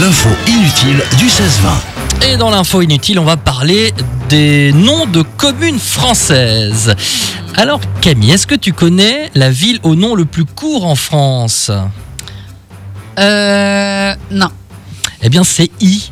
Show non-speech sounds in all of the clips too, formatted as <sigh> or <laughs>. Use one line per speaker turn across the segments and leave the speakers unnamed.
l'info inutile du 16-20.
Et dans l'info inutile, on va parler des noms de communes françaises. Alors Camille, est-ce que tu connais la ville au nom le plus court en France
Euh. Non,
Eh bien c'est I.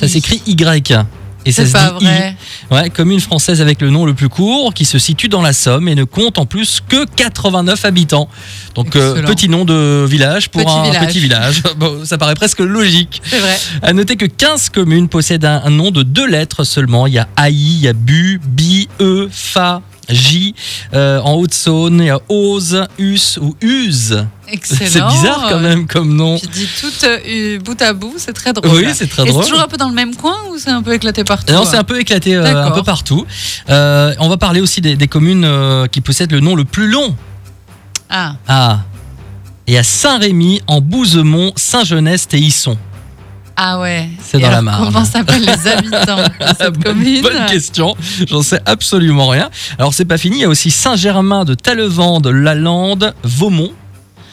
Ça
I.
s'écrit Y. Et ça
c'est
se
pas
dit I.
vrai.
Ouais, commune française avec le nom le plus court qui se situe dans la Somme et ne compte en plus que 89 habitants. Donc euh,
Excellent.
petit nom de village pour
Petit
un
village.
petit village. <laughs> Bon, ça paraît presque logique.
C'est vrai.
À noter que 15 communes possèdent un, un nom de deux lettres seulement. Il y a AI, il y a Bu, Bi, E, Fa, J. Euh, en Haute-Saône, il y a Ose, Us ou Use.
Excellent.
<laughs> <laughs> C'est bizarre quand même comme nom.
Tu dis tout euh, bout à bout, c'est très drôle.
Oui,
ça.
c'est très
Et c'est
drôle.
toujours un peu dans le même coin ou c'est un peu éclaté partout
Non,
hein
c'est un peu éclaté euh, un
D'accord.
peu partout. Euh, on va parler aussi des, des communes euh, qui possèdent le nom le plus long.
Ah,
Ah, et à Saint-Rémy, en Bouzemont, Saint-Genest et Isson.
ah ouais.
C'est
Et
dans la
alors,
Marne.
Comment s'appellent les
<laughs>
habitants de cette commune
Bonne question, j'en sais absolument rien. Alors c'est pas fini, il y a aussi Saint-Germain de Tallevande, Lalande, Vaumont,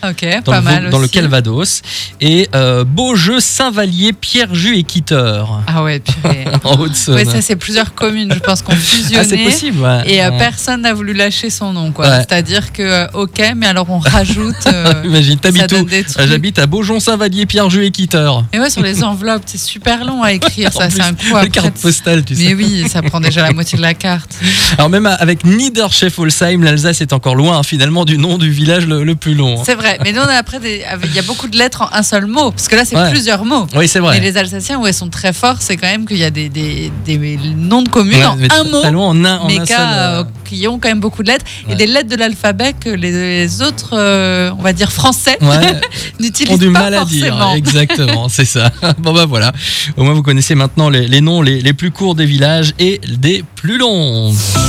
Ok,
dans,
pas
le,
mal.
dans le
aussi.
Calvados, et euh, Beaujeu, Saint-Vallier, Pierrejus et Quiteur,
Ah
<laughs>
ouais, purée.
en Haute-Saône.
ouais, ça c'est plusieurs communes, je pense qu'on
Ah, c'est
fusionné.
possible, ouais.
et euh,
Ouais.
personne n'a voulu lâcher son nom, quoi.
Ouais.
C'est-à-dire que, euh, ok, mais alors on rajoute. euh,
Imagine,
ça
<laughs> t'habites
donne
où
des trucs.
Ah, J'habite à Beaujon-Saint-Vallier, Pierrejus et Quiteur.
Et ouais, sur les enveloppes, c'est super long à écrire,
En
ça, c'est
plus,
un coup
Le
après.
carte postale, tu sais.
Mais oui, ça prend déjà la moitié de la carte.
Alors même avec Niederschef-Holsheim, l'Alsace est encore loin hein, finalement du nom du village le, le plus long. hein.
C'est vrai. Mais nous, on a après, des- avec- il y a beaucoup de lettres en un seul mot, parce que là, c'est
Ouais.
plusieurs mots.
Oui, c'est vrai.
Mais les Alsaciens, où elles sont très forts, c'est quand même qu'il y a des, des, des noms de communes
Ouais,
en
mais
un
très-
mot,
très loin, en un, en
mais
un
qu'à,
seul, euh,
euh, qui ont quand même beaucoup de lettres,
ouais.
et des lettres de l'alphabet que les, les autres, euh, on va dire français,
ouais, ont
n'utilisent
du
pas
mal à dire.
forcément.
Exactement, c'est
<laughs>
ça. Bon bah voilà. Au moins vous connaissez maintenant les, les noms les, les plus courts des villages et des plus longs.